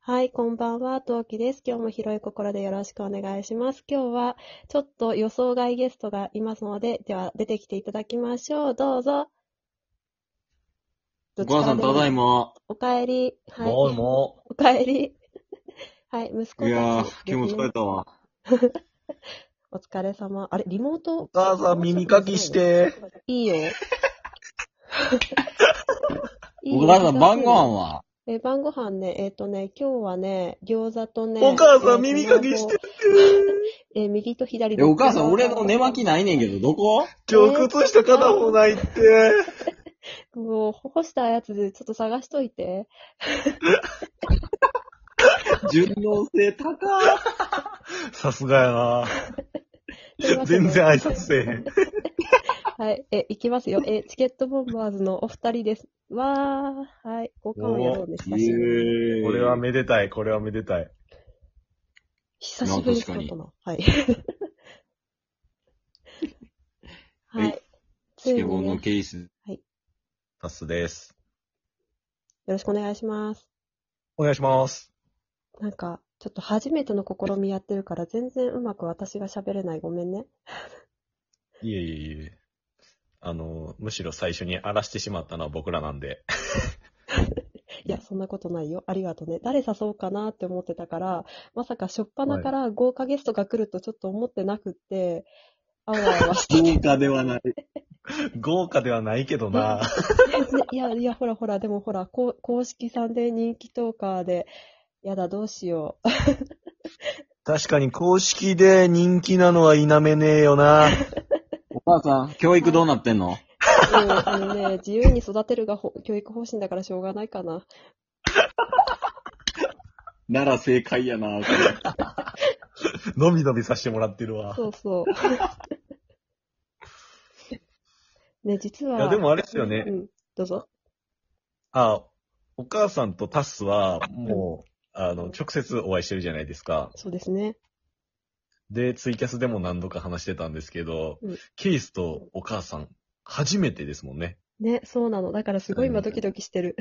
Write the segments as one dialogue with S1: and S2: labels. S1: はい、こんばんは、トウキです。今日も広い心でよろしくお願いします。今日は、ちょっと予想外ゲストがいますので、では、出てきていただきましょう。どうぞ。
S2: お母さん、ただい
S1: ま。
S2: ま。
S1: おかえり。はい。
S3: もうも
S1: おかえり。 はい、息
S2: い
S1: 子たち
S2: やー、
S1: で
S2: 今日
S1: す
S2: も疲れ
S1: ね。
S2: たわ。
S1: お疲れ様。あれ、リモー
S3: う、お
S1: ト
S3: 母さん耳かきし。て。
S1: いい よ。いいよ
S2: お母さん、晩ご飯は
S1: え、晩ご飯ね、えっ、とね、今日はね、餃子とね、
S3: お母さん
S1: えー
S3: 耳かきして。
S1: えー右と左
S2: え、お母さん、俺の寝巻きないねんけど、どこ
S3: 今日靴下片方ないって。
S1: もう、干したやつでちょっと探しとい て。
S2: 順応性高っ。
S3: さすが
S1: すい
S3: や
S1: ません
S3: な。全然挨拶せえへん。
S1: はい、え、いきますよ。え、チケットボンバーズのお二人です。わー、はい、交換をやろうね、久しぶりに。
S3: これはめでたい、これはめでたい。
S1: 久しぶりに撮ったな。はい。
S2: は
S1: はいい。つ
S2: ス
S1: い
S2: ケ
S1: に
S2: ボー
S1: ね、
S2: の
S1: よ
S2: ケース。
S3: タスです。
S1: ろしくお願いします。
S3: お願いします。
S1: なんか、ちょっと初めての試みやってるから、全然うまく私が喋れない。ごめんね。
S3: いえいえいえ。あの、むしろ最初に荒らしてしまったのは僕らなんで。
S1: いや、そんなことないよ。ありがとうね。誰誘おうかなって思ってたから、まさか初っ端から豪華ゲストが来るとちょっと思ってなくって、あわあわして
S2: 豪華ではない。
S3: 豪華ではないけどな。
S1: いや、いや、ほらほら、でもほら、こう公式さんで人気トーカーで、やだ、どうしよ う。
S3: 確かに公式で人気なのは否めねえよ な。
S2: お母さん、教育どうなってんの
S1: うんあのね、自由に育てるがほ教育方針だからしょうがないかな。
S2: なら正解やな。
S3: のびのびさせてもらってるわ。
S1: そう そう。ね、実は。
S3: いや、でもあれですよね
S1: う。ん、どうぞ。
S3: あ、お母さんとタスは、もう、あの、直接お会いしてるじゃないですか。
S1: そうですね。
S3: で、ツイキャスでも何度か話してたんですけど、
S1: うん
S3: ケイスとお母さん、初めてですもんね。
S1: ね、そうなの。だからすごい今ドキドキしてる。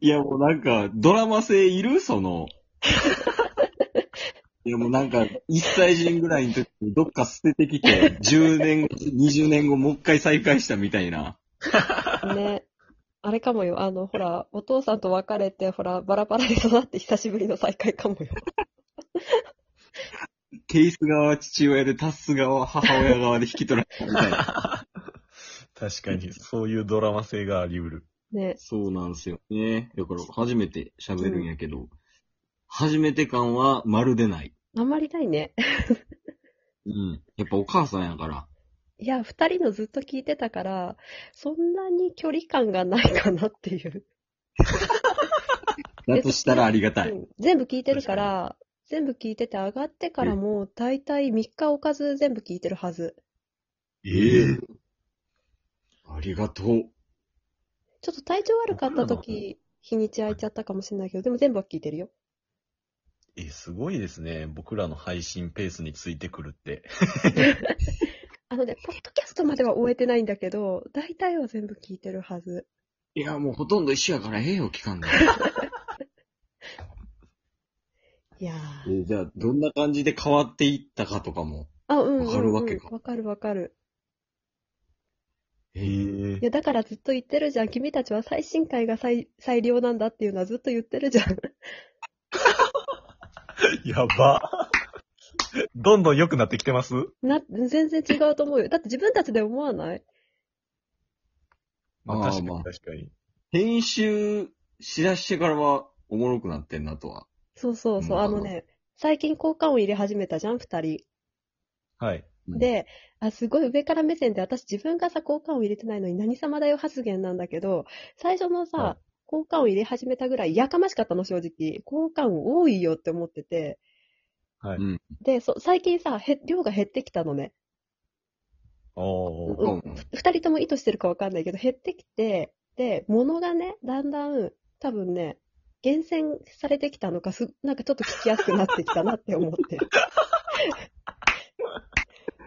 S2: いや、もうなんか、ドラマ性いるそ の。いや、もうなんか、一歳人ぐらいの時にどっか捨ててきて、10年後、20年後、もう一回再会したみたいな。
S1: ね。あれかもよ。あの、ほら、お父さんと別れて、ほら、バラバラで育って久しぶりの再会かもよ。
S2: ケース側は父親で、タッス側は母親側で引き取られたみたいな。
S3: 確かに、そういうドラマ性があり得る。
S1: ね。
S2: そうなんですよね。だから、初めて喋るんやけど、初めて感はまるでない。
S1: あんまりないね。
S2: うん。やっぱお母さんやから。
S1: いや、二人のずっと聞いてたから、そんなに距離感がないかなっていう。
S2: だとしたらありがた
S1: う
S2: い。
S1: ん全部聞いてるから、全部聞いてて上がってからも、だいたい3日おかず全部聞いてるはず。
S2: ええありがと
S1: ち
S2: う。
S1: ょっと体調悪かった時、日にち空いちゃったかもしれないけど、でも全部は聞いてるよ。
S3: え、すごいですね。僕らの配信ペースについてくるって。
S1: あのね、ポッドキャストまでは終えてないんだけど、だいたいは全部聞いてるはず。
S2: いや、もうほとんど一緒やから ええよ、期間が。
S1: いや
S2: え
S1: ー。
S2: ーじゃあ、どんな感じで変わっていったかとかも。
S1: あ、うん、うん。
S2: わかるわけ
S1: う
S2: か
S1: んわかるわかる。
S2: え
S3: え
S2: ー
S3: え
S1: いや、だからずっと言ってるじゃん。君たちは最新回が最、最良なんだっていうのはずっと言ってるじゃん。
S3: やば。どんどん良くなってきてます
S1: な、全然違うと思うよ。だって自分たちで思わない
S3: まあ
S2: まあ
S3: 確か
S2: まあ
S3: に確かに。
S2: 編集しだしてからはおもろくなってんなとは。
S1: そうそうそう。
S2: うん
S1: あのね、最近交換を入れ始めたじゃん、二人。
S3: はい。
S2: うん
S1: で、あ、すごい上から目線で、私自分がさ、交換を入れてないのに何様だよ発言なんだけど、最初のさ、
S3: は
S1: 交換を入れ始めたぐらいやかましかったの、正直。交換多いよって思ってて。
S3: はい
S2: うん
S1: で、そ最近さ、へ量が減ってきたのね。
S3: おー。
S2: うん
S1: 二人とも意図してるかわかんないけど、減ってきて、で、物がね、だんだん、多分ね、厳選されてきたのか、す、なんかちょっと聞きやすくな ってきたなって思ってる。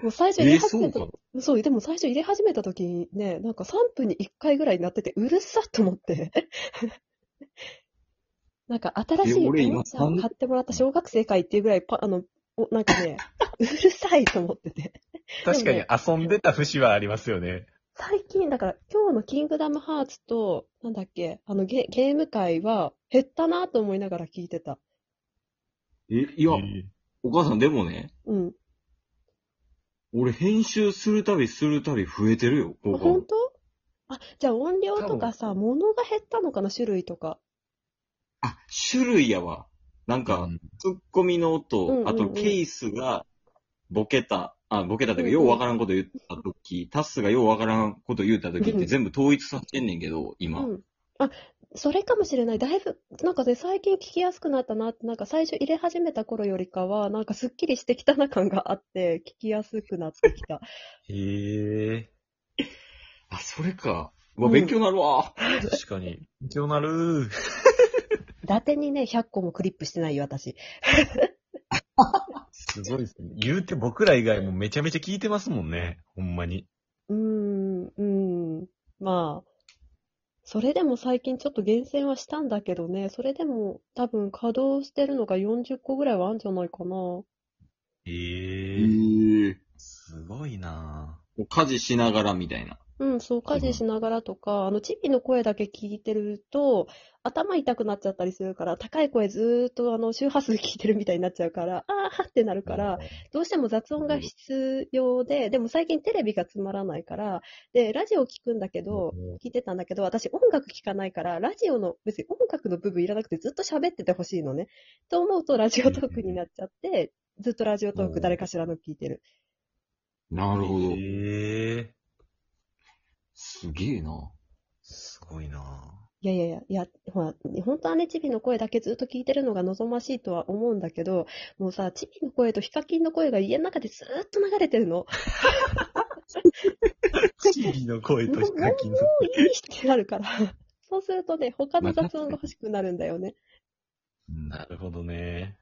S1: もう最初
S2: え
S1: 2
S2: ー、そうか
S1: 発。そう、でも最初入れ始めた時にね、なんか3分に1回ぐらいになってて、うるさっと思って。 なんか新しい
S2: え俺
S1: お
S2: 今
S1: もちゃを
S2: 三
S1: 買ってもらった小学生会っていうぐらいパ、あの、おなんかね、うるさいと思ってて。
S3: 確かに遊んでた節はありますよね。
S1: 最近、だから今日のキングダムハーツと、なんだっけ、あのゲゲーム会は減ったなと思いながら聞いてた。
S2: え、いや、
S3: え
S2: お母さんでもね、
S1: うん。
S2: 俺編集するたびするたび増えてるよ、
S1: あ
S2: こ
S1: 本
S2: こ。
S1: 当あ、じゃあ音量とかさ、物が減ったのかな、種類とか。
S2: あ、種類やわ。なん
S3: ー
S2: か、ツッコミの
S1: うんうんう
S2: 音、
S1: ん
S2: あとケースがボケた、あ、ボケたというか、
S1: うんう
S2: よ
S1: ん
S2: うわからんこと言ったとき、タッスがようわからんこと言ったときっ
S1: うん
S2: て全部統一させてんねんけど、今。
S1: うん。あ、それかもしれない。だいぶ、なんかね、最近聞きやすくなったなって、なんか最初入れ始めた頃よりかは、なんかすっきりしてきたな感があって、聞きやすくなってきた。
S3: へえ
S2: あ、それか。うわ、
S1: うん
S2: 勉強なるわ。
S3: 確 かに。勉強なるー。
S1: 伊達にね、100個もクリップしてないよ、私。
S3: すごいですね。言うて僕ら以外もめちゃめちゃ聞いてますもんね。ほんまに。
S1: うーん、うーん。まあ、それでも最近ちょっと厳選はしたんだけどね、それでも多分稼働してるのが40個ぐらいはあるんじゃないかな。
S3: へ
S2: え
S3: え
S2: ー、
S3: すごいな
S2: もう家事しながらみたいな。
S1: うん、そう、家事しながらとか、あの、チビの声だけ聞いてると、頭痛くなっちゃったりするから、高い声ずーっと、あの、周波数聞いてるみたいになっちゃうから、あーってなる
S3: ー
S1: から、、どうしても雑音が必要で、でも最近テレビがつまらないから、で、ラジオ聞くんだけど、
S3: う
S1: 聞いてたんだけど、私音楽聞かないから、ラジオの、別に音楽の部分いらなくてずっと喋っててほしいのね。と思うと、ラジオトークになっちゃって、ずっとラジオトー
S3: う
S1: ク
S3: ん
S1: 誰かしらの聞いてる。
S2: なるほど。
S3: へえ
S2: すげえな。
S3: すごいない
S1: やいやいや、いや、ほら、本当はね、チビの声だけずっと聞いてるのが望ましいとは思うんだけど、もうさ、チビの声とヒカキンの声が家の中でずーっと流れてるの。
S3: チビの声とヒカキンの
S1: もういいってなるから。そうするとね、他の雑音が欲しくなるんだよね。
S3: なるほどね。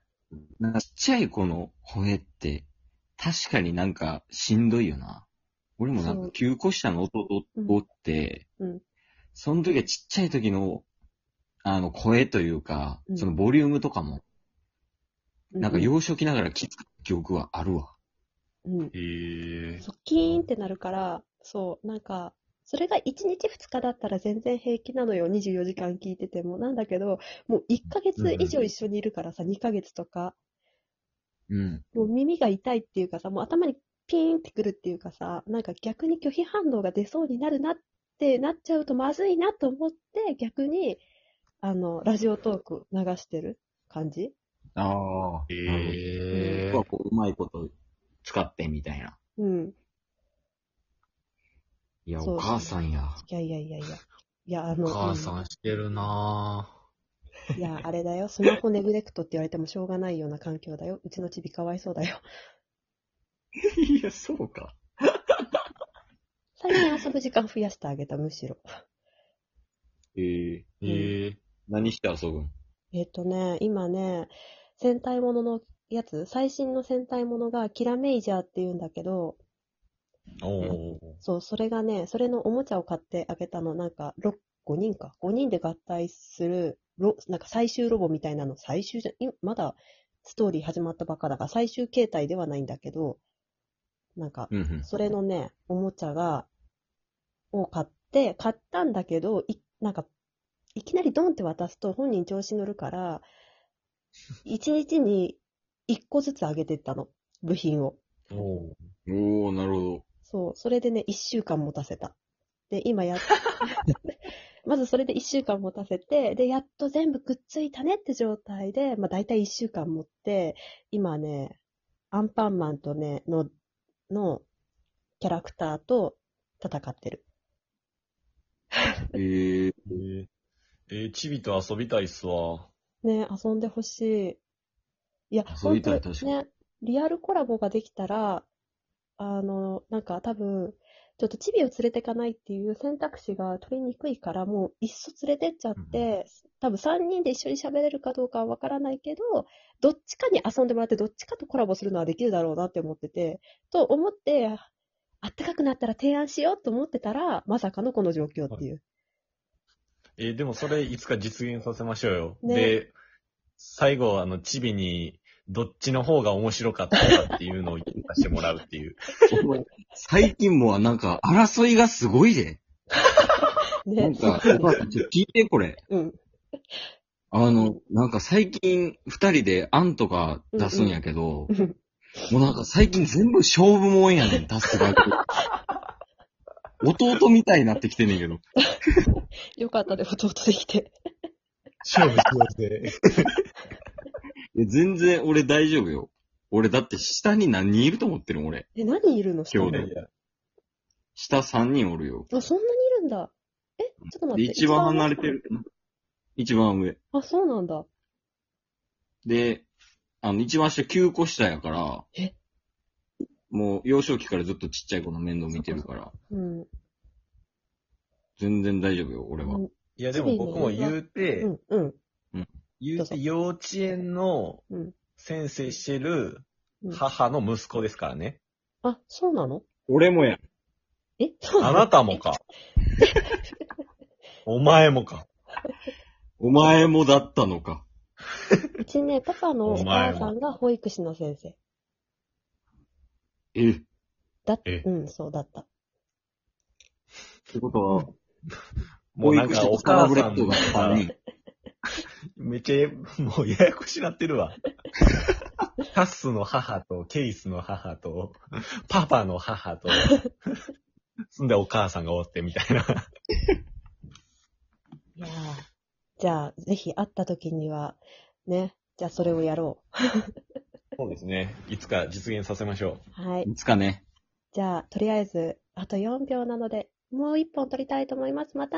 S2: なんかちっちゃい子の声って、確かになんかしんどいよな。俺もなん
S1: そ
S2: か
S1: う
S2: 9個下の弟おって、
S1: うんうん
S2: その時はちっちゃい時の、あの声というか、
S1: うん
S2: そのボリュームとかも、なんか
S1: よ、
S2: 幼少期ながらきつかった記憶はあるわ。
S1: うん。
S3: へえ
S1: そうキーンってなるから、そう、なんか、それが1日2日だったら全然平気なのよ。24時間聞いてても。なんだけど、もう1ヶ月以上一緒にいるからさ、2ヶ月とか。
S2: うん。
S1: もう耳が痛いっていうかさ、もう頭にピーンってくるっていうかさ、なんか逆に拒否反応が出そうになるなってなっちゃうとまずいなと思って、逆に、あの、ラジオトーク流してる感じ
S2: ああ。え。
S3: へえ
S2: 僕はこう、うまいこと使ってみたいな。
S1: うん。
S2: いや、
S1: そう
S2: お母さんや。
S1: いやいやいやいや。いや、あ
S3: お
S1: の、
S3: 母さんしてるな
S1: う
S3: ぁ。
S1: んいや、あれだよ。スマホネグレクトって言われてもしょうがないような環境だよ。うちのチビかわいそうだよ。
S2: いや、そうか。
S1: 最近遊ぶ時間増やしてあげた、むしろ。
S2: ええ
S1: うん
S3: へえ
S2: 何して遊ぶん
S1: えっとね、今ね、戦隊もののやつ、最新の戦隊ものがキラメイジャーって言うんだけど、
S3: おー
S1: そう、それがね、それのおもちゃを買ってあげたの、なんか、ろ5人か。5人で合体する、ロなんか最終ロボみたいなの、最終じゃ、いまだストーリー始まったばっかだから、最終形態ではないんだけど、なんか、
S2: うんうん。
S1: それのね、おもちゃが、を買って、買ったんだけど、い、なんか、いきなりドンって渡すと本人調子乗るから、1日に1個ずつ上げてったの、部品を。
S3: おー
S2: おー、なるほど。
S1: そう、それでね、1週間持たせた。で、今やっ、まずそれで1週間持たせて、で、やっと全部くっついたねって状態で、まあ大体1週間持って、今ね、アンパンマンとね、の、のキャラクターと戦ってる。
S2: ええ
S3: へええー、チビと遊びたいっすわ。
S1: ね、遊んでほしい。いや、
S2: 遊びたい
S1: 本当
S2: 確かに
S1: ね、リアルコラボができたら、あの、なんか多分、ちょっとチビを連れてかないっていう選択肢が取りにくいから、もういっそ連れてっちゃって、多分3人で一緒に喋れるかどうかはわからないけど、どっちかに遊んでもらって、どっちかとコラボするのはできるだろうなって思ってて、と思って、あったかくなったら提案しようと思ってたら、まさかのこの状況っていう。
S3: えーでもそれいつか実現させましょうよ。
S1: ね
S3: で、最後、あの、チビに、どっちの方が面白かったかっていうのを言わせてもらうっていう。
S2: お前最近もはなんか争いがすごいで。な
S1: ね
S2: ん。か、お母さんちょっと聞いてこれ。
S1: うん。
S2: あの、なんか最近二人で案とか出すんやけど、
S1: うん
S2: もうなんか最近全部勝負もんやねん、出すが。弟みたいになってきてんねんけど。
S1: よかったで、弟できて。
S3: 勝負しようぜ。
S2: いや全然俺大丈夫よ。俺だって下に何人いると思ってるの俺。
S1: え、何人いるの下
S2: 兄
S1: に
S2: 弟。下3人おるよ。
S1: あ、そんなにいるんだ。え、ちょっと
S2: で、
S1: 待って。
S2: 一番離れてる。一番上。
S1: あ、そうなんだ。
S2: で、あの、一番下9個下やから、
S1: え
S2: もう幼少期からずっとちっちゃい子の面倒見てるから、
S1: うん。
S2: 全然大丈夫よ、俺は。
S3: いや、でも僕も言うて、
S1: うん、うん。
S3: 言うて幼稚園の
S1: うん
S3: 先生してる
S1: うん
S3: 母の息子ですからね。
S1: あ、そうなの
S2: 俺もや。
S1: え、そうな
S3: あ
S1: の
S3: なたも か。お前もか。
S2: お前もだったのか。
S1: うちね、パパのお母さんが保育士の先生。
S2: え、っ
S1: だっ
S3: え
S1: うん、そうだった。
S2: てことは、
S3: もうなんかお母
S2: ブレ
S3: さ
S2: ッド
S3: ん
S2: が3人。
S3: めっちゃ、もうややこしなってるわ。タッスの母と、ケイスの母と、パパの母 と、そんでお母さんがおってみたいな。
S1: いやーじゃあ、ぜひ会った時には、ね、じゃあそれをやろ
S3: そうですね。いつか実現させましょ
S1: う。はい。
S2: いつかね。
S1: じゃあ、とりあえず、あと4秒なので、もう1本撮りたいと思います。また